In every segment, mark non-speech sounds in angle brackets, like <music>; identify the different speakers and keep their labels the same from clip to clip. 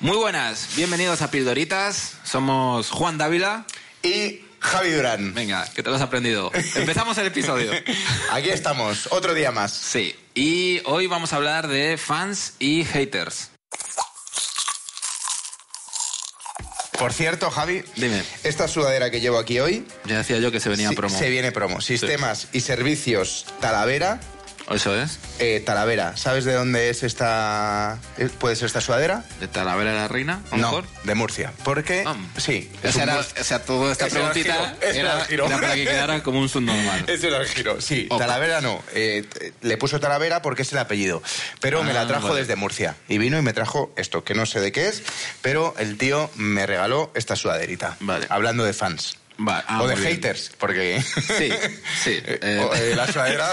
Speaker 1: Muy buenas, bienvenidos a Pildoritas. Somos Juan Dávila.
Speaker 2: Y Javi Durán.
Speaker 1: Venga, que te lo has aprendido. Empezamos el
Speaker 2: <laughs>
Speaker 1: episodio.
Speaker 2: Aquí estamos, otro día más.
Speaker 1: Sí, y hoy vamos a hablar de fans y haters.
Speaker 2: Por cierto, Javi,
Speaker 1: Dime.
Speaker 2: esta sudadera que llevo aquí hoy
Speaker 1: Ya decía yo que se venía
Speaker 2: sí,
Speaker 1: promo.
Speaker 2: se viene promo. Sistemas y servicios Talavera.
Speaker 1: Eso es,
Speaker 2: Eh, Talavera, ¿sabes de dónde es esta? eh, ¿Puede ser esta sudadera?
Speaker 1: de Talavera de la Reina, a lo
Speaker 2: No,
Speaker 1: mejor.
Speaker 2: de Murcia. Porque
Speaker 1: Ah.
Speaker 2: sí,
Speaker 1: O
Speaker 2: es
Speaker 1: sea,
Speaker 2: un
Speaker 1: era-
Speaker 2: Mur-
Speaker 1: o sea, toda esta
Speaker 2: Ese era el
Speaker 1: preguntita
Speaker 2: giro, ese era Eh, el
Speaker 1: era,
Speaker 2: giro.
Speaker 1: era para que quedara como un subnormal.
Speaker 2: <laughs> Ese era el giro, sí.
Speaker 1: Ok.
Speaker 2: Talavera no. eh, t- le puso Talavera porque es el apellido. Pero me
Speaker 1: Ah,
Speaker 2: la trajo
Speaker 1: vale.
Speaker 2: desde Murcia. Y vino y me trajo esto, que no sé de qué es, pero el tío me regaló esta sudaderita.
Speaker 1: Vale.
Speaker 2: Hablando de fans.
Speaker 1: Vale, ah,
Speaker 2: o de
Speaker 1: muy bien.
Speaker 2: haters, porque...
Speaker 1: Sí, sí. eh,
Speaker 2: <laughs> O, eh,
Speaker 1: <laughs>
Speaker 2: la sudadera...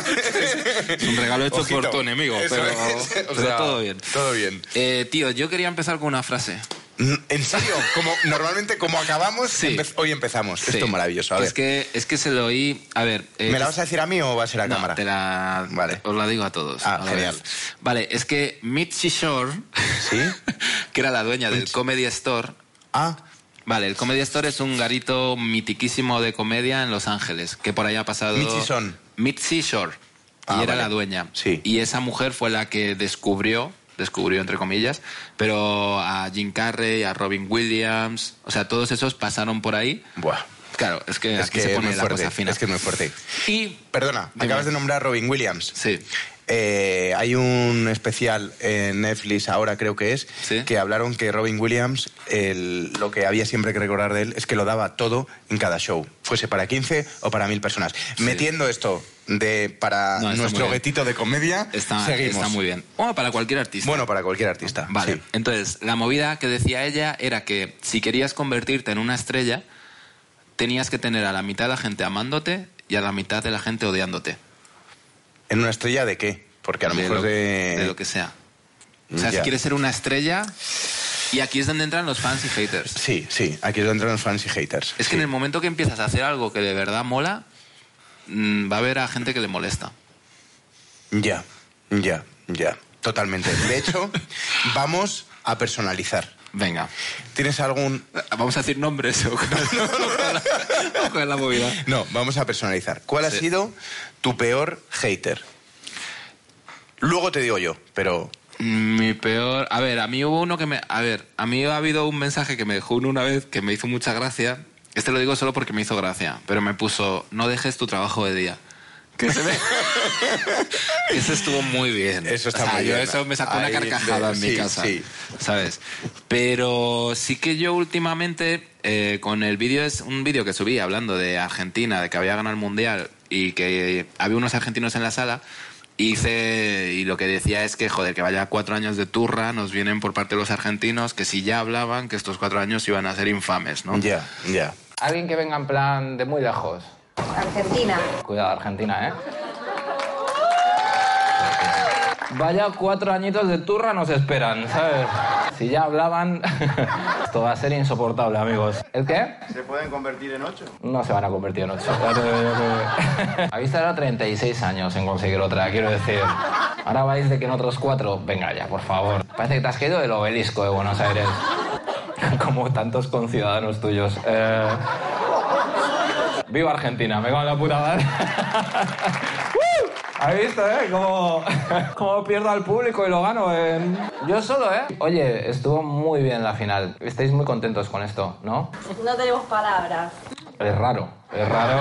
Speaker 1: es un regalo hecho
Speaker 2: Ojito.
Speaker 1: por tu enemigo,
Speaker 2: Eso
Speaker 1: pero, <laughs>
Speaker 2: es. <laughs> O
Speaker 1: pero
Speaker 2: sea,
Speaker 1: todo bien.
Speaker 2: Todo bien.
Speaker 1: Eh, tío, yo quería empezar con una frase.
Speaker 2: Mm, En serio, como, normalmente como acabamos,
Speaker 1: Sí.
Speaker 2: empe- hoy empezamos. Esto
Speaker 1: Sí.
Speaker 2: es maravilloso. A ver,
Speaker 1: Es que, es que se lo oí. A ver. eh,
Speaker 2: ¿me la vas a decir a mí o va a ser a
Speaker 1: no,
Speaker 2: cámara?
Speaker 1: te la.
Speaker 2: Vale.
Speaker 1: Os la digo a todos.
Speaker 2: Ah,
Speaker 1: a la
Speaker 2: genial.
Speaker 1: vez. Vale, es que Mitzi Shore, <laughs>
Speaker 2: ¿Sí?
Speaker 1: que era la dueña del Comedy Store.
Speaker 2: Ah,
Speaker 1: Vale, el Comedy Store es un garito mitiquísimo de comedia en Los Ángeles, que por ahí ha pasado.
Speaker 2: Mitzi Son.
Speaker 1: Mitzi Shore. Y
Speaker 2: Ah,
Speaker 1: era
Speaker 2: vale.
Speaker 1: la dueña.
Speaker 2: Sí.
Speaker 1: Y esa mujer fue la que descubrió, descubrió entre comillas, pero a Jim Carrey, a Robin Williams, o sea, todos esos pasaron por ahí.
Speaker 2: buah.
Speaker 1: Claro, es que
Speaker 2: Es
Speaker 1: aquí
Speaker 2: que
Speaker 1: se
Speaker 2: es
Speaker 1: pone
Speaker 2: muy
Speaker 1: la
Speaker 2: fuerte.
Speaker 1: cosa fina.
Speaker 2: Es que es muy fuerte.
Speaker 1: Y,
Speaker 2: Perdona,
Speaker 1: Dime.
Speaker 2: acabas de nombrar a Robin Williams.
Speaker 1: sí,
Speaker 2: Eh, hay un especial en Netflix ahora creo que es
Speaker 1: Sí.
Speaker 2: que hablaron que Robin Williams el- lo que había siempre que recordar de él es que lo daba todo en cada show fuese para 15 o para mil personas metiendo esto de para
Speaker 1: No, está muy
Speaker 2: nuestro
Speaker 1: bien.
Speaker 2: guetito de comedia
Speaker 1: está,
Speaker 2: seguimos
Speaker 1: está muy bien. O para cualquier artista.
Speaker 2: bueno para cualquier artista
Speaker 1: Vale,
Speaker 2: sí.
Speaker 1: entonces la movida que decía ella era que si querías convertirte en una estrella, tenías que tener a la mitad de la gente amándote y a la mitad de la gente odiándote.
Speaker 2: en una estrella de qué porque a lo
Speaker 1: de
Speaker 2: mejor
Speaker 1: lo,
Speaker 2: de,
Speaker 1: de lo que sea. O sea, si
Speaker 2: Ya.
Speaker 1: quieres ser una estrella, y aquí es donde entran los fans y haters.
Speaker 2: sí sí aquí es donde entran los fans y haters
Speaker 1: Es que en el momento que empiezas a hacer algo que de verdad mola, mm, va a haber a gente que le molesta.
Speaker 2: Ya, ya, ya. Totalmente.
Speaker 1: <laughs>
Speaker 2: De hecho, vamos a personalizar.
Speaker 1: Venga,
Speaker 2: ¿Tienes algún...?
Speaker 1: vamos a decir nombres <laughs> o cuál es la- o cuál es la movida.
Speaker 2: No, vamos a personalizar. ¿Cuál ha
Speaker 1: Sí.
Speaker 2: sido tu peor hater? Luego te digo yo, pero...
Speaker 1: Mm, Mi peor. A ver, a mí hubo uno que me. A ver, a mí ha habido un mensaje que me dejó uno una vez que me hizo mucha gracia. Este lo digo solo porque me hizo gracia, pero me puso: No dejes tu trabajo de día. Que se me- <laughs> Eso estuvo muy bien.
Speaker 2: Eso está
Speaker 1: O sea,
Speaker 2: muy
Speaker 1: yo
Speaker 2: bien.
Speaker 1: Eso me sacó una
Speaker 2: Ahí,
Speaker 1: carcajada
Speaker 2: de-
Speaker 1: en mi
Speaker 2: sí,
Speaker 1: casa.
Speaker 2: sí.
Speaker 1: ¿Sabes? Pero sí que yo últimamente, eh, con el vídeo, es un vídeo que subí hablando de Argentina, de que había ganado el mundial y que había unos argentinos en la sala. Hice, y lo que decía es que, joder, que vaya cuatro años de turra, nos vienen por parte de los argentinos, que si ya hablaban, que estos cuatro años iban a ser infames, ¿no?
Speaker 2: Ya, ya.
Speaker 3: Alguien que venga en plan de muy lejos.
Speaker 4: Argentina.
Speaker 3: Cuidado, Argentina, ¿eh? Vaya cuatro añitos de turra nos esperan, ¿sabes? Si ya hablaban, <laughs> esto va a ser insoportable, amigos. ¿El qué?
Speaker 5: ¿Se pueden convertir en ocho?
Speaker 3: No se van a convertir en ocho. Ya te digo yo que- <laughs> Habéis tardado 36 años en conseguir otra, quiero decir. Ahora vais de que en otros cuatro... Venga ya, por favor. Parece que te has caído del obelisco de Buenos Aires. <laughs> Como tantos conciudadanos tuyos. Eh... Viva Argentina, me cago en la puta madre. <laughs> ¡Uh! ¿Has visto, eh? Cómo, <laughs> cómo pierdo al público y lo gano en... Yo solo, ¿eh? Oye, estuvo muy bien la final. Estáis muy contentos con esto, ¿no?
Speaker 4: No tenemos palabras.
Speaker 3: Es raro, es raro.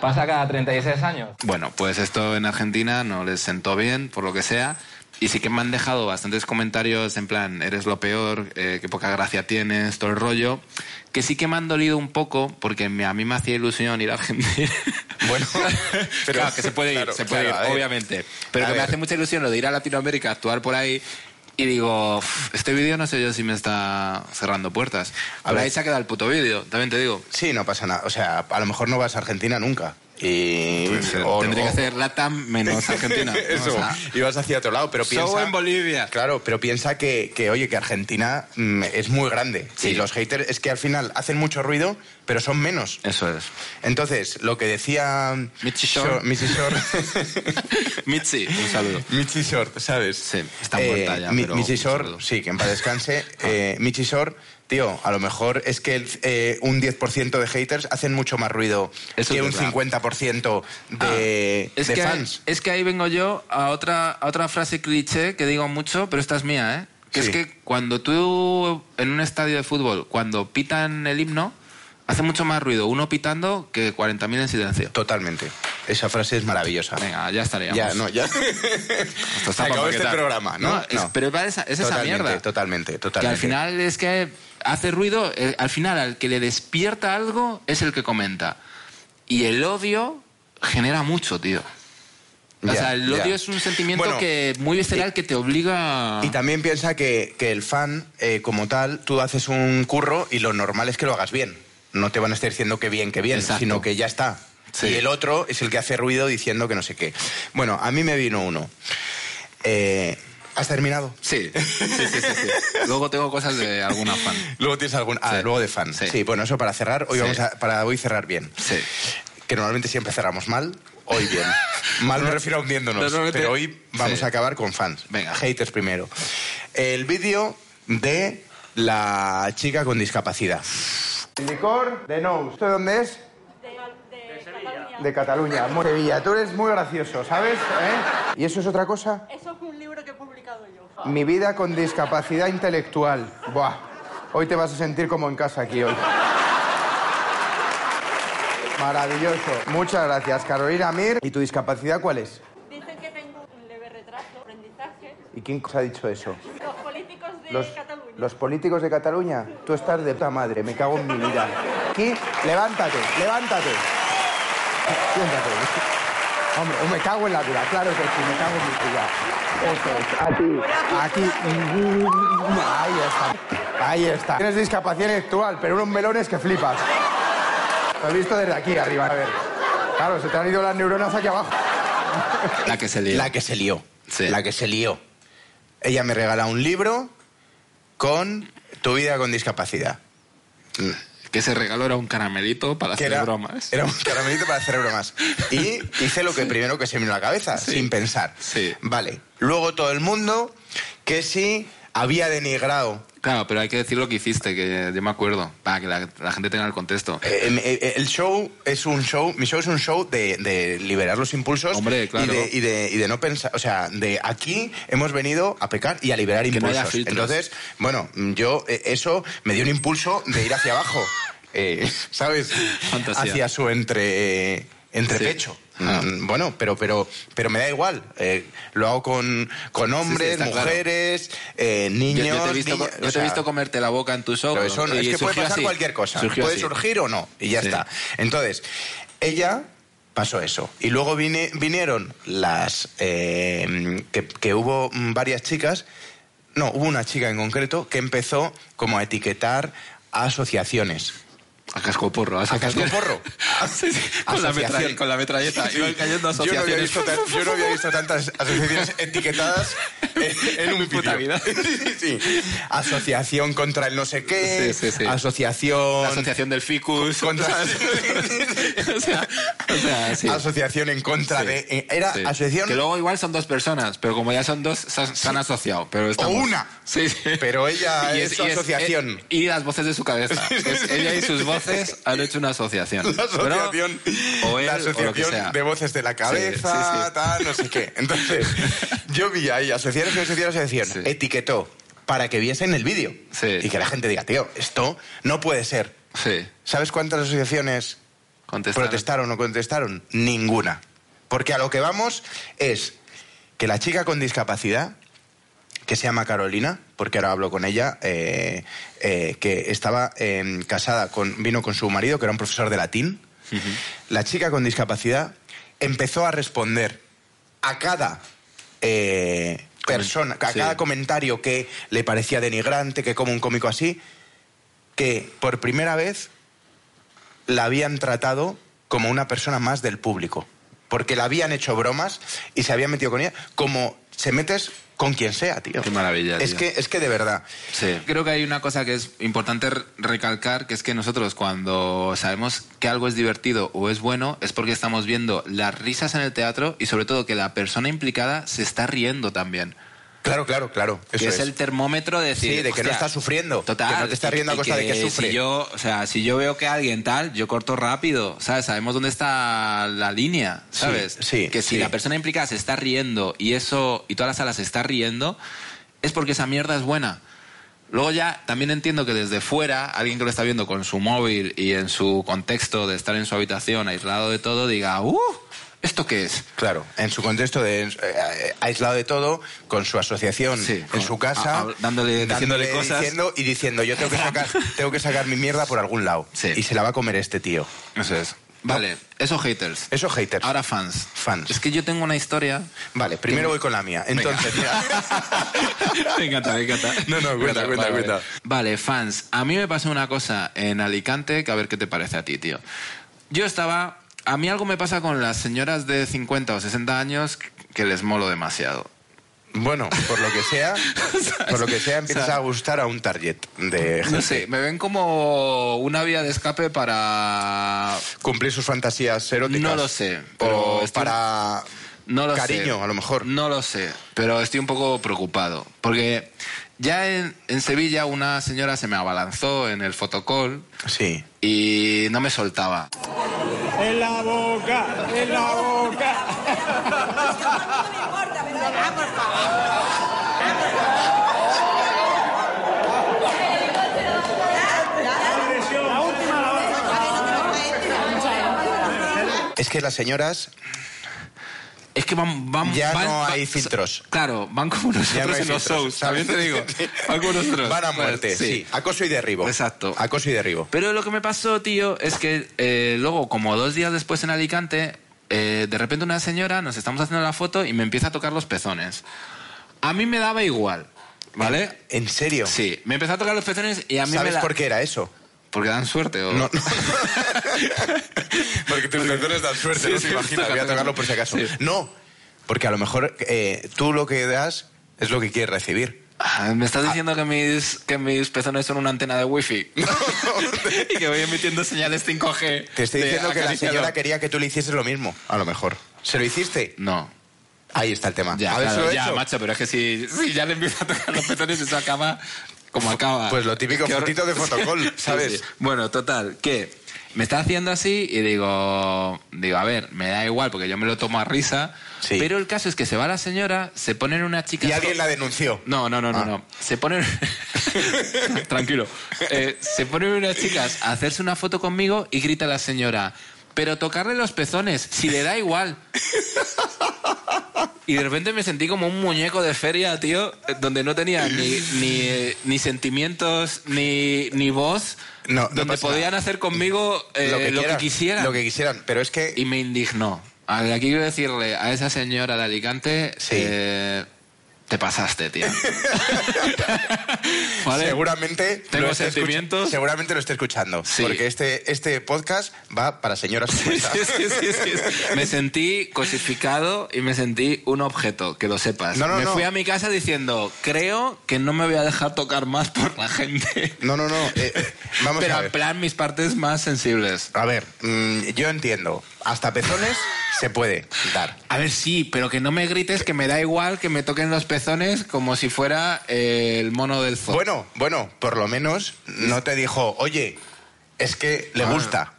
Speaker 3: Pasa cada 36 años.
Speaker 1: Bueno, pues esto en Argentina no les sentó bien, por lo que sea. Y sí que me han dejado bastantes comentarios en plan, eres lo peor, eh, qué poca gracia tienes, todo el rollo. Que sí que me han dolido un poco, porque me- a mí me hacía ilusión ir a <laughs> Argentina.
Speaker 2: Bueno, pero-
Speaker 1: claro, que se puede ir,
Speaker 2: claro,
Speaker 1: se puede
Speaker 2: claro, a
Speaker 1: ir,
Speaker 2: ver.
Speaker 1: obviamente. Pero
Speaker 2: A
Speaker 1: que me
Speaker 2: ver.
Speaker 1: hace mucha ilusión lo de ir a Latinoamérica, actuar por ahí. Y digo, "Uf, este vídeo no sé yo si me está cerrando puertas.
Speaker 2: A
Speaker 1: Pero
Speaker 2: ver.
Speaker 1: ahí se ha quedado el puto vídeo, también te digo.
Speaker 2: Sí, no pasa nada. O sea, a lo mejor no vas a Argentina nunca. Y
Speaker 1: Pues, eh,
Speaker 2: o-
Speaker 1: tendría
Speaker 2: o-
Speaker 1: que hacer Latam <laughs> menos Argentina. ¿no?
Speaker 2: Eso,
Speaker 1: O sea,
Speaker 2: ibas hacia otro lado, pero piensa...
Speaker 1: show en Bolivia.
Speaker 2: Claro, pero piensa que, que, oye, que Argentina mm, es muy grande.
Speaker 1: Sí.
Speaker 2: Y los haters es que al final hacen mucho ruido, pero son menos.
Speaker 1: Eso es.
Speaker 2: Entonces, lo que decía...
Speaker 1: Mitzi Short.
Speaker 2: Shor- Mitzi Short.
Speaker 1: <laughs> Mitzi, un saludo.
Speaker 2: Mitzi Short, ¿sabes? Eh,
Speaker 1: Sí, está muerta ya,
Speaker 2: Mi-
Speaker 1: pero
Speaker 2: Mitzi
Speaker 1: un
Speaker 2: Short,
Speaker 1: saludo. Ah.
Speaker 2: sí, que en
Speaker 1: <laughs>
Speaker 2: paz descanse. Eh, Mitzi Short, tío, a lo mejor es que el- eh, un 10% de haters hacen mucho más ruido
Speaker 1: Eso
Speaker 2: que
Speaker 1: es
Speaker 2: un
Speaker 1: verdad. Ah,
Speaker 2: 50% de,
Speaker 1: es,
Speaker 2: de
Speaker 1: que,
Speaker 2: fans.
Speaker 1: es que ahí vengo yo a otra, a otra frase cliché que digo mucho, pero esta es mía, ¿eh? Que
Speaker 2: Sí.
Speaker 1: es que cuando tú en un estadio de fútbol, cuando pitan el himno, hace mucho más ruido uno pitando que 40.000 en silencio.
Speaker 2: Totalmente. Esa frase es maravillosa.
Speaker 1: Venga, ya estaríamos.
Speaker 2: Ah. Ya,
Speaker 1: <laughs>
Speaker 2: no, ya.
Speaker 1: Esto
Speaker 2: Se
Speaker 1: está
Speaker 2: acabó
Speaker 1: para
Speaker 2: este
Speaker 1: maquetar.
Speaker 2: programa, ¿no?
Speaker 1: es-
Speaker 2: No.
Speaker 1: pero va esa- es esa
Speaker 2: totalmente,
Speaker 1: mierda.
Speaker 2: Totalmente,
Speaker 1: Que
Speaker 2: totalmente.
Speaker 1: al final es que hace ruido, eh, al final al que le despierta algo es el que comenta. Y el odio genera mucho, tío. O
Speaker 2: Ya,
Speaker 1: sea, el
Speaker 2: ya.
Speaker 1: odio es un sentimiento
Speaker 2: Bueno,
Speaker 1: que muy visceral que te obliga a...
Speaker 2: Y también piensa que, que el fan, eh, como tal, tú haces un curro y lo normal es que lo hagas bien. No te van a estar diciendo que bien, que bien,
Speaker 1: Exacto.
Speaker 2: sino que ya está.
Speaker 1: Sí.
Speaker 2: Y el otro es el que hace ruido diciendo que no sé qué. Bueno, a mí me vino uno. Eh, ¿Has terminado?
Speaker 1: Sí, sí, sí, sí, sí. Luego tengo cosas de alguna fan.
Speaker 2: Luego tienes algún... Ah,
Speaker 1: Sí.
Speaker 2: luego de fan. Sí.
Speaker 1: Sí.
Speaker 2: bueno, eso para cerrar. Hoy
Speaker 1: Sí.
Speaker 2: vamos a... Para hoy cerrar bien.
Speaker 1: Sí.
Speaker 2: que normalmente siempre cerramos mal, hoy
Speaker 1: <laughs>
Speaker 2: bien. Mal me refiero a hundiéndonos,
Speaker 1: Normalmente-
Speaker 2: pero hoy vamos
Speaker 1: Sí.
Speaker 2: a acabar con fans.
Speaker 1: Venga.
Speaker 2: Haters primero. El vídeo de la chica con discapacidad. El licor de No. ¿Esto dónde es? De Cataluña, muy Sevilla. Tú eres muy gracioso, ¿sabes? ¿Eh? ¿Y eso es otra cosa?
Speaker 5: Eso fue un libro que he publicado yo.
Speaker 2: Mi vida con discapacidad intelectual. Buah, hoy te vas a sentir como en casa aquí hoy. Maravilloso. Muchas gracias, Carolina Mir. ¿Y tu discapacidad cuál es?
Speaker 5: Dicen que tengo un leve retraso, aprendizaje.
Speaker 2: ¿Y quién os ha dicho eso?
Speaker 5: Los políticos de
Speaker 2: Los,
Speaker 5: Cataluña.
Speaker 2: los políticos de Cataluña. Tú estás de puta madre, me cago en mi vida. Aquí, levántate, levántate. Siéntate. Hombre, me cago en la vida, claro que sí, me cago en mi vida. Eso es, aquí. Aquí. Ahí está. Ahí está. Tienes discapacidad intelectual, pero unos melones que flipas. Lo he visto desde aquí arriba, a ver. Claro, se te han ido las neuronas aquí abajo.
Speaker 1: La que se lía.
Speaker 2: La que se lió.
Speaker 1: Sí.
Speaker 2: La que se lió. Ella me regala un libro con tu vida con discapacidad.
Speaker 1: Que ese regalo era un caramelito para
Speaker 2: Que
Speaker 1: hacer
Speaker 2: era,
Speaker 1: bromas.
Speaker 2: era un caramelito para hacer bromas. Y hice lo que primero que se me vino a la cabeza,
Speaker 1: Sí.
Speaker 2: sin pensar.
Speaker 1: Sí.
Speaker 2: Vale. Luego todo el mundo que sí había denigrado
Speaker 1: Claro, pero hay que decir lo que hiciste, que yo me acuerdo, para que la, la gente tenga el contexto.
Speaker 2: Eh, em, eh, eh, el show es un show, mi show es un show de, de liberar los impulsos
Speaker 1: Hombre, claro.
Speaker 2: y, de, y de- y de no pensar, o sea, de aquí hemos venido a pecar y a liberar
Speaker 1: no haya
Speaker 2: impulsos.
Speaker 1: filtros.
Speaker 2: Entonces, bueno, yo eh, eso me dio un impulso de ir hacia abajo, <laughs> eh, ¿sabes?
Speaker 1: Fantasía.
Speaker 2: Hacia su entre eh, entrepecho.
Speaker 1: Sí. Ah.
Speaker 2: Mm, Bueno, pero pero pero me da igual. eh, lo hago con, con hombres,
Speaker 1: está claro.
Speaker 2: mujeres, eh,
Speaker 1: Yo-
Speaker 2: niños.
Speaker 1: yo te he visto,
Speaker 2: niñas,
Speaker 1: co-
Speaker 2: o
Speaker 1: yo te he
Speaker 2: sea,
Speaker 1: visto comerte la boca en tu show.
Speaker 2: pero eso no-
Speaker 1: y
Speaker 2: es que puede
Speaker 1: surgió
Speaker 2: pasar
Speaker 1: así.
Speaker 2: cualquier cosa.
Speaker 1: Surgió
Speaker 2: puede
Speaker 1: así.
Speaker 2: surgir o no, y ya
Speaker 1: Sí.
Speaker 2: está. Entonces, ella pasó eso. Y luego vine- vinieron las. eh, que, que hubo mm, varias chicas. No, hubo una chica en concreto que empezó como a etiquetar a asociaciones.
Speaker 1: A cascoporro, a
Speaker 2: A cascoporro.
Speaker 1: <laughs> Sí, sí, con, la
Speaker 2: Asociación.
Speaker 1: metrall- con la metralleta. Iban cayendo
Speaker 2: Yo no, había
Speaker 1: asociaciones.
Speaker 2: visto tan- yo no había visto tantas asociaciones
Speaker 1: <laughs>
Speaker 2: etiquetadas en, en un
Speaker 1: puta vida.
Speaker 2: vídeo. Sí, <laughs> sí, sí. Asociación contra el no sé qué.
Speaker 1: Sí, sí, sí.
Speaker 2: Asociación.
Speaker 1: La asociación del ficus.
Speaker 2: <laughs> Contra-
Speaker 1: o sea, o sea, sí.
Speaker 2: Asociación en contra
Speaker 1: Sí.
Speaker 2: de. eh, Era
Speaker 1: Sí.
Speaker 2: asociación.
Speaker 1: Que luego igual son dos personas, pero como ya son dos, se, han- se han asociado. Pero estamos-
Speaker 2: una.
Speaker 1: Sí, sí. <laughs>
Speaker 2: Pero ella es su asociación.
Speaker 1: eh, y las voces de su cabeza. Es- ella y sus voces han hecho una asociación.
Speaker 2: <laughs> La asociación,
Speaker 1: Pero- o él,
Speaker 2: la
Speaker 1: o lo que
Speaker 2: asociación
Speaker 1: sea.
Speaker 2: de voces de la cabeza,
Speaker 1: Sí, sí, sí.
Speaker 2: tal, no sé qué.
Speaker 1: <laughs>
Speaker 2: Entonces, yo vi ahí asociación, asociación, asociación.
Speaker 1: Sí.
Speaker 2: Etiquetó para que viesen el vídeo.
Speaker 1: Sí.
Speaker 2: Y que la gente diga, tío, esto no puede ser.
Speaker 1: Sí.
Speaker 2: ¿Sabes cuántas asociaciones
Speaker 1: Contestaron.
Speaker 2: protestaron o contestaron? Ninguna. Porque a lo que vamos es que la chica con discapacidad, que se llama Carolina, porque ahora hablo con ella, eh, eh, que estaba eh, casada, con, vino con su marido, que era un profesor de latín, la chica con discapacidad empezó a responder a cada eh, persona, a
Speaker 1: sí.
Speaker 2: cada comentario que le parecía denigrante, que como un cómico así, que por primera vez la habían tratado como una persona más del público. Porque la habían hecho bromas y se había metido con ella como se metes con quien sea, tío.
Speaker 1: Qué maravilla,
Speaker 2: Es,
Speaker 1: tío.
Speaker 2: Que, es que de verdad.
Speaker 1: Sí. Creo que hay una cosa que es importante re- recalcar, que es que nosotros cuando sabemos que algo es divertido o es bueno, es porque estamos viendo las risas en el teatro y sobre todo que la persona implicada se está riendo también.
Speaker 2: Claro, claro, claro. Eso
Speaker 1: que es,
Speaker 2: es.
Speaker 1: el termómetro de decir...
Speaker 2: Sí, de que
Speaker 1: "Hostia,
Speaker 2: no estás sufriendo,
Speaker 1: Total.
Speaker 2: que no te estás riendo a
Speaker 1: y
Speaker 2: costa de que sufre".
Speaker 1: Si yo, o sea, si yo veo que alguien tal, yo corto rápido, ¿sabes? Sabemos dónde está la línea, ¿sabes?
Speaker 2: sí,
Speaker 1: Que si
Speaker 2: sí.
Speaker 1: la persona implicada se está riendo y eso, y toda la sala se está riendo, es porque esa mierda es buena. Luego ya también entiendo que desde fuera, alguien que lo está viendo con su móvil y en su contexto de estar en su habitación aislado de todo, diga, ¡uh! ¿Esto qué es?
Speaker 2: Claro, en su contexto de eh, aislado de todo, con su asociación
Speaker 1: Sí,
Speaker 2: en
Speaker 1: con-
Speaker 2: su casa,
Speaker 1: a- a- dándole- diciéndole cosas.
Speaker 2: diciendo- y diciendo yo tengo
Speaker 1: <laughs>
Speaker 2: que sacar, tengo que sacar mi mierda por algún lado
Speaker 1: Sí.
Speaker 2: y se la va a comer este tío.
Speaker 1: Eso es. Vale, eso haters.
Speaker 2: Eso haters.
Speaker 1: Ahora fans.
Speaker 2: Fans.
Speaker 1: Es que yo tengo una historia.
Speaker 2: vale, primero voy con la mía. Entonces, mira.
Speaker 1: <laughs> me encanta, me encanta.
Speaker 2: No, no, cuenta,
Speaker 1: Vale, vale.
Speaker 2: cuenta, cuenta.
Speaker 1: Vale, fans, a mí me pasó una cosa en Alicante que a ver qué te parece a ti, tío. Yo estaba... A mí algo me pasa con las señoras de 50 o 60 años que les molo demasiado.
Speaker 2: bueno, por lo que sea,
Speaker 1: <laughs>
Speaker 2: por lo que sea empiezas
Speaker 1: ¿Sabes?
Speaker 2: a gustar a un target de
Speaker 1: No <laughs>
Speaker 2: gente.
Speaker 1: sé, me ven como una vía de escape para...
Speaker 2: cumplir sus fantasías eróticas.
Speaker 1: No lo sé, pero
Speaker 2: O
Speaker 1: estoy-
Speaker 2: para
Speaker 1: No lo sé.
Speaker 2: cariño, a lo mejor.
Speaker 1: No lo sé, pero estoy un poco preocupado. Porque ya en, en Sevilla una señora se me abalanzó en el fotocall
Speaker 2: Sí.
Speaker 1: y no me soltaba.
Speaker 6: En la boca, en la boca.
Speaker 2: Es que las señoras
Speaker 1: Es que van... van
Speaker 2: Ya
Speaker 1: van-
Speaker 2: no
Speaker 1: van-
Speaker 2: hay filtros.
Speaker 1: Claro, van como nosotros
Speaker 2: Ya no hay
Speaker 1: en los
Speaker 2: filtros,
Speaker 1: shows, también
Speaker 2: ¿sabes?
Speaker 1: te digo.
Speaker 2: <laughs>
Speaker 1: Van como nosotros.
Speaker 2: Van a
Speaker 1: Bueno,
Speaker 2: muerte, sí. Acoso y derribo.
Speaker 1: Exacto.
Speaker 2: Acoso y derribo.
Speaker 1: Pero lo que me pasó, tío, es que eh, luego, como dos días después en Alicante, eh, de repente una señora nos estamos haciendo la foto y me empieza a tocar los pezones. A mí me daba igual, ¿vale?
Speaker 2: ¿En serio?
Speaker 1: Sí, me empezó a tocar los pezones y a mí
Speaker 2: ¿Sabes
Speaker 1: me la-
Speaker 2: por qué era eso?
Speaker 1: Porque dan suerte o...
Speaker 2: No, no. Porque tus doctores dan suerte,
Speaker 1: Sí, sí,
Speaker 2: Voy a
Speaker 1: toca,
Speaker 2: tocarlo
Speaker 1: toca.
Speaker 2: por si acaso.
Speaker 1: Sí.
Speaker 2: No, porque a lo mejor eh, tú lo que das es lo que quieres recibir.
Speaker 1: Ah, Me estás diciendo que, mis, que mis pezones son una antena de wifi.
Speaker 2: <laughs>
Speaker 1: y que voy emitiendo señales 5G.
Speaker 2: Te estoy
Speaker 1: de
Speaker 2: diciendo que la
Speaker 1: acariciador.
Speaker 2: señora quería que tú le hicieses lo mismo, a lo mejor. ¿Se lo hiciste?
Speaker 1: No.
Speaker 2: Ahí está el tema.
Speaker 1: Ya,
Speaker 2: a ver
Speaker 1: claro,
Speaker 2: si lo he
Speaker 1: ya,
Speaker 2: hecho.
Speaker 1: macho, pero es que si, si ya le empieza a tocar los pezones, eso acaba como acaba.
Speaker 2: Pues lo típico,
Speaker 1: <laughs> Qué hor-
Speaker 2: fotito de fotocol, ¿sabes?
Speaker 1: Bueno, total, que me está haciendo así y digo, digo, a ver, me da igual porque yo me lo tomo a risa.
Speaker 2: Sí.
Speaker 1: Pero el caso es que se va la señora, se pone en una chica.
Speaker 2: Y alguien la denunció.
Speaker 1: No, no, no, no,
Speaker 2: Ah.
Speaker 1: no. Se ponen. <laughs> Tranquilo. Eh, se ponen unas chicas a hacerse una foto conmigo y grita la señora. Pero tocarle los pezones, si le da
Speaker 2: <laughs>
Speaker 1: igual. Y de repente me sentí como un muñeco de feria, tío, eh, donde no tenía ni, ni, eh, ni sentimientos ni, ni voz,
Speaker 2: No, no
Speaker 1: donde
Speaker 2: pasa
Speaker 1: podían
Speaker 2: nada.
Speaker 1: hacer conmigo eh, lo, que
Speaker 2: quieran,
Speaker 1: quisieran.
Speaker 2: Lo que quisieran, pero es que...
Speaker 1: Y me indignó. A ver, Aquí quiero decirle a esa señora de Alicante,
Speaker 2: Sí.
Speaker 1: eh, te pasaste, tío.
Speaker 2: <laughs>
Speaker 1: ¿Vale?
Speaker 2: Seguramente
Speaker 1: Tengo
Speaker 2: esté escucha-
Speaker 1: sentimientos.
Speaker 2: Seguramente lo esté escuchando.
Speaker 1: Sí.
Speaker 2: Porque este, este podcast va para señoras
Speaker 1: <laughs>
Speaker 2: como
Speaker 1: Sí,
Speaker 2: esta.
Speaker 1: sí, sí, sí, sí. Me sentí cosificado y me sentí un objeto, que lo sepas.
Speaker 2: No, no,
Speaker 1: me
Speaker 2: no.
Speaker 1: fui a mi casa diciendo, creo que no me voy a dejar tocar más por la gente.
Speaker 2: No, no, no. eh, <laughs> vamos
Speaker 1: Pero
Speaker 2: a
Speaker 1: en
Speaker 2: ver.
Speaker 1: plan mis partes más sensibles.
Speaker 2: A ver, mm, yo entiendo. Hasta pezones se puede dar.
Speaker 1: A ver, sí, pero que no me grites que me da igual que me toquen los pezones como si fuera eh, el mono del zoo.
Speaker 2: Bueno, bueno, por lo menos no te dijo, oye, es que le
Speaker 1: Ah.
Speaker 2: gusta.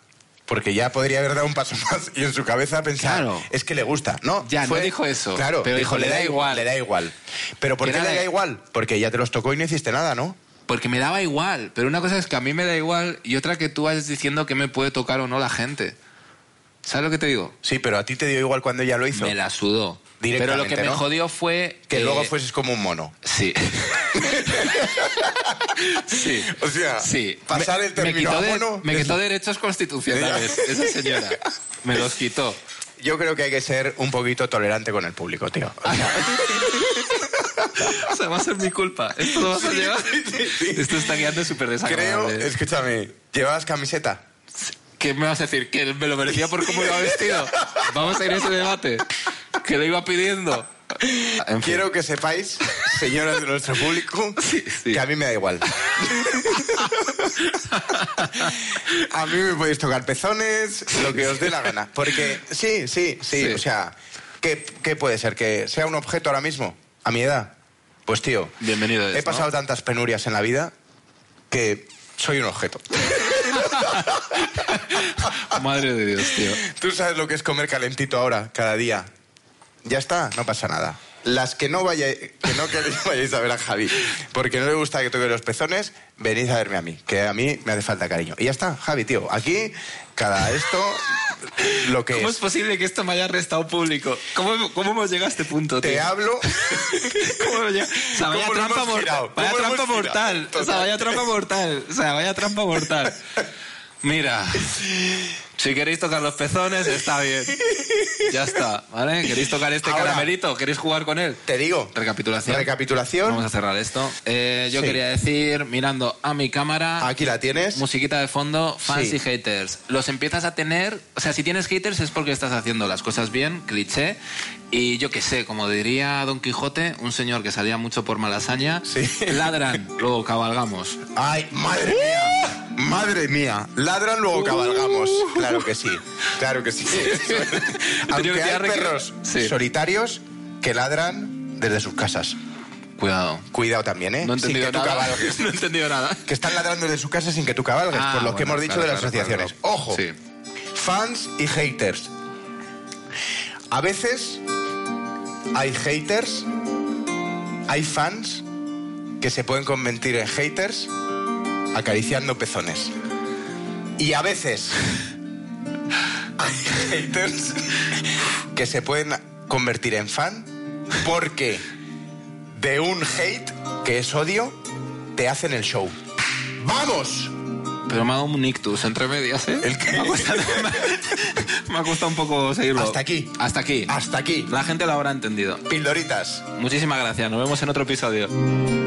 Speaker 2: Porque ya podría haber dado un paso <laughs> más y en su cabeza pensar,
Speaker 1: Claro.
Speaker 2: es que le gusta. No,
Speaker 1: Ya, no dijo eso,
Speaker 2: Claro,
Speaker 1: pero dijo, "Le da
Speaker 2: igu-
Speaker 1: igual".
Speaker 2: Le da igual. ¿Pero por
Speaker 1: Que
Speaker 2: qué le
Speaker 1: nada-
Speaker 2: da igual? Porque ya te los tocó y no hiciste nada, ¿no?
Speaker 1: Porque me daba igual, pero una cosa es que a mí me da igual y otra que tú vas diciendo que me puede tocar o no la gente. ¿Sabes lo que te digo?
Speaker 2: Sí, pero a ti te dio igual cuando ella lo hizo.
Speaker 1: Me la sudó. Pero
Speaker 2: Directamente,
Speaker 1: lo que me
Speaker 2: ¿no?
Speaker 1: jodió fue...
Speaker 2: Que
Speaker 1: eh,
Speaker 2: luego fueses como un mono. <laughs>
Speaker 1: Sí. sí.
Speaker 2: O sea,
Speaker 1: Sí.
Speaker 2: pasar el término
Speaker 1: quitó
Speaker 2: a
Speaker 1: de-
Speaker 2: mono
Speaker 1: me
Speaker 2: es-
Speaker 1: quitó derechos
Speaker 2: <laughs>
Speaker 1: constitucionales,
Speaker 2: Ya.
Speaker 1: esa señora. Me los quitó.
Speaker 2: Yo creo que hay que ser un poquito tolerante con el público, tío. O sea,
Speaker 1: O sea, va a ser mi culpa. Esto lo vas a
Speaker 2: <laughs>
Speaker 1: llevar. Esto está quedando súper
Speaker 2: creo,
Speaker 1: desagradable.
Speaker 2: escúchame, ¿llevabas camiseta?
Speaker 1: ¿Qué me vas a decir? ¿Que me lo merecía por cómo iba vestido? Vamos a ir a ese debate. Que lo iba pidiendo. Ah, En fin.
Speaker 2: Quiero que sepáis, señoras de nuestro público,
Speaker 1: <laughs> sí.
Speaker 2: que a mí me
Speaker 1: <laughs>
Speaker 2: da igual. a mí me podéis tocar pezones, lo que os dé la gana. Porque sí, sí, sí,
Speaker 1: Sí.
Speaker 2: o sea, ¿qué, qué puede ser? ¿Que sea un objeto ahora mismo? ¿A mi edad? Pues tío,
Speaker 1: Bienvenido es,
Speaker 2: he pasado
Speaker 1: ¿no?
Speaker 2: tantas penurias en la vida que soy
Speaker 1: <laughs>
Speaker 2: un objeto.
Speaker 1: Madre de Dios,
Speaker 2: <laughs>
Speaker 1: tío.
Speaker 2: Tú sabes lo que es comer calentito ahora, cada día. Ya está, no pasa nada. Las que no, vaya, que no queréis, <laughs> vayáis a ver a Javi, porque no le gusta que toque los pezones, venid a verme a mí, que a mí me hace falta cariño. Y ya está, Javi, tío, aquí, cada esto, lo que
Speaker 1: ¿Cómo es
Speaker 2: es.
Speaker 1: posible que esto me haya restado público? ¿Cómo, cómo hemos llegado a este punto,
Speaker 2: Te
Speaker 1: tío?
Speaker 2: hablo,
Speaker 1: <laughs> ¿Cómo hemos
Speaker 2: <laughs>
Speaker 1: llegado? O sea, vaya
Speaker 2: ¿Cómo lo
Speaker 1: trampa
Speaker 2: hemos
Speaker 1: mortal.
Speaker 2: girado?
Speaker 1: Vaya
Speaker 2: ¿Cómo lo
Speaker 1: trampa
Speaker 2: hemos girado?
Speaker 1: mortal. O sea, vaya trampa mortal. O sea, vaya trampa mortal. Mira, si queréis tocar los pezones, está bien. Ya está, ¿vale? ¿Queréis tocar este
Speaker 2: Ahora-
Speaker 1: caramelito? ¿Queréis jugar con él?
Speaker 2: te digo,
Speaker 1: <laughs> Recapitulación. Vamos
Speaker 2: recapitulación,
Speaker 1: a cerrar esto. Eh, yo
Speaker 2: Sí.
Speaker 1: quería decir, mirando a mi cámara,
Speaker 2: aquí la tienes.
Speaker 1: musiquita de fondo, fans
Speaker 2: Sí.
Speaker 1: y haters. Los empiezas a tener, o sea, si tienes haters es porque estás haciendo las cosas bien, cliché, y yo qué sé, como diría Don Quijote, un señor que salía mucho por Malasaña,
Speaker 2: Sí. <laughs>
Speaker 1: ladran, luego cabalgamos.
Speaker 2: Ay, madre mía. Madre mía, ladran luego cabalgamos.
Speaker 1: Uh.
Speaker 2: Claro que sí, claro que sí.
Speaker 1: Yo
Speaker 2: Aunque
Speaker 1: me
Speaker 2: hay
Speaker 1: quería recre-
Speaker 2: perros
Speaker 1: Sí.
Speaker 2: solitarios que ladran desde sus casas.
Speaker 1: Cuidado.
Speaker 2: Cuidado también, ¿eh?
Speaker 1: No he
Speaker 2: sin
Speaker 1: entendido
Speaker 2: que tú
Speaker 1: nada. <laughs>
Speaker 2: cabalgues.
Speaker 1: No he entendido nada.
Speaker 2: Que están ladrando desde su casa sin que tú cabalgues,
Speaker 1: Ah,
Speaker 2: por lo que
Speaker 1: bueno,
Speaker 2: hemos dicho
Speaker 1: claro,
Speaker 2: de las
Speaker 1: claro,
Speaker 2: asociaciones.
Speaker 1: claro.
Speaker 2: Ojo,
Speaker 1: Sí.
Speaker 2: fans y haters. A veces hay haters, hay fans que se pueden convertir en haters acariciando pezones. Y a veces <laughs> hay haters que se pueden convertir en fan porque de un hate, que es odio, te hacen el show. ¡Vamos!
Speaker 1: Pero me ha dado un ictus entre medias, ¿eh? Me, ha costado, <laughs> me ha costado un poco seguirlo.
Speaker 2: Hasta aquí.
Speaker 1: Hasta aquí.
Speaker 2: Hasta aquí.
Speaker 1: La gente lo habrá entendido.
Speaker 2: Pildoritas.
Speaker 1: Muchísimas gracias. Nos vemos en otro episodio.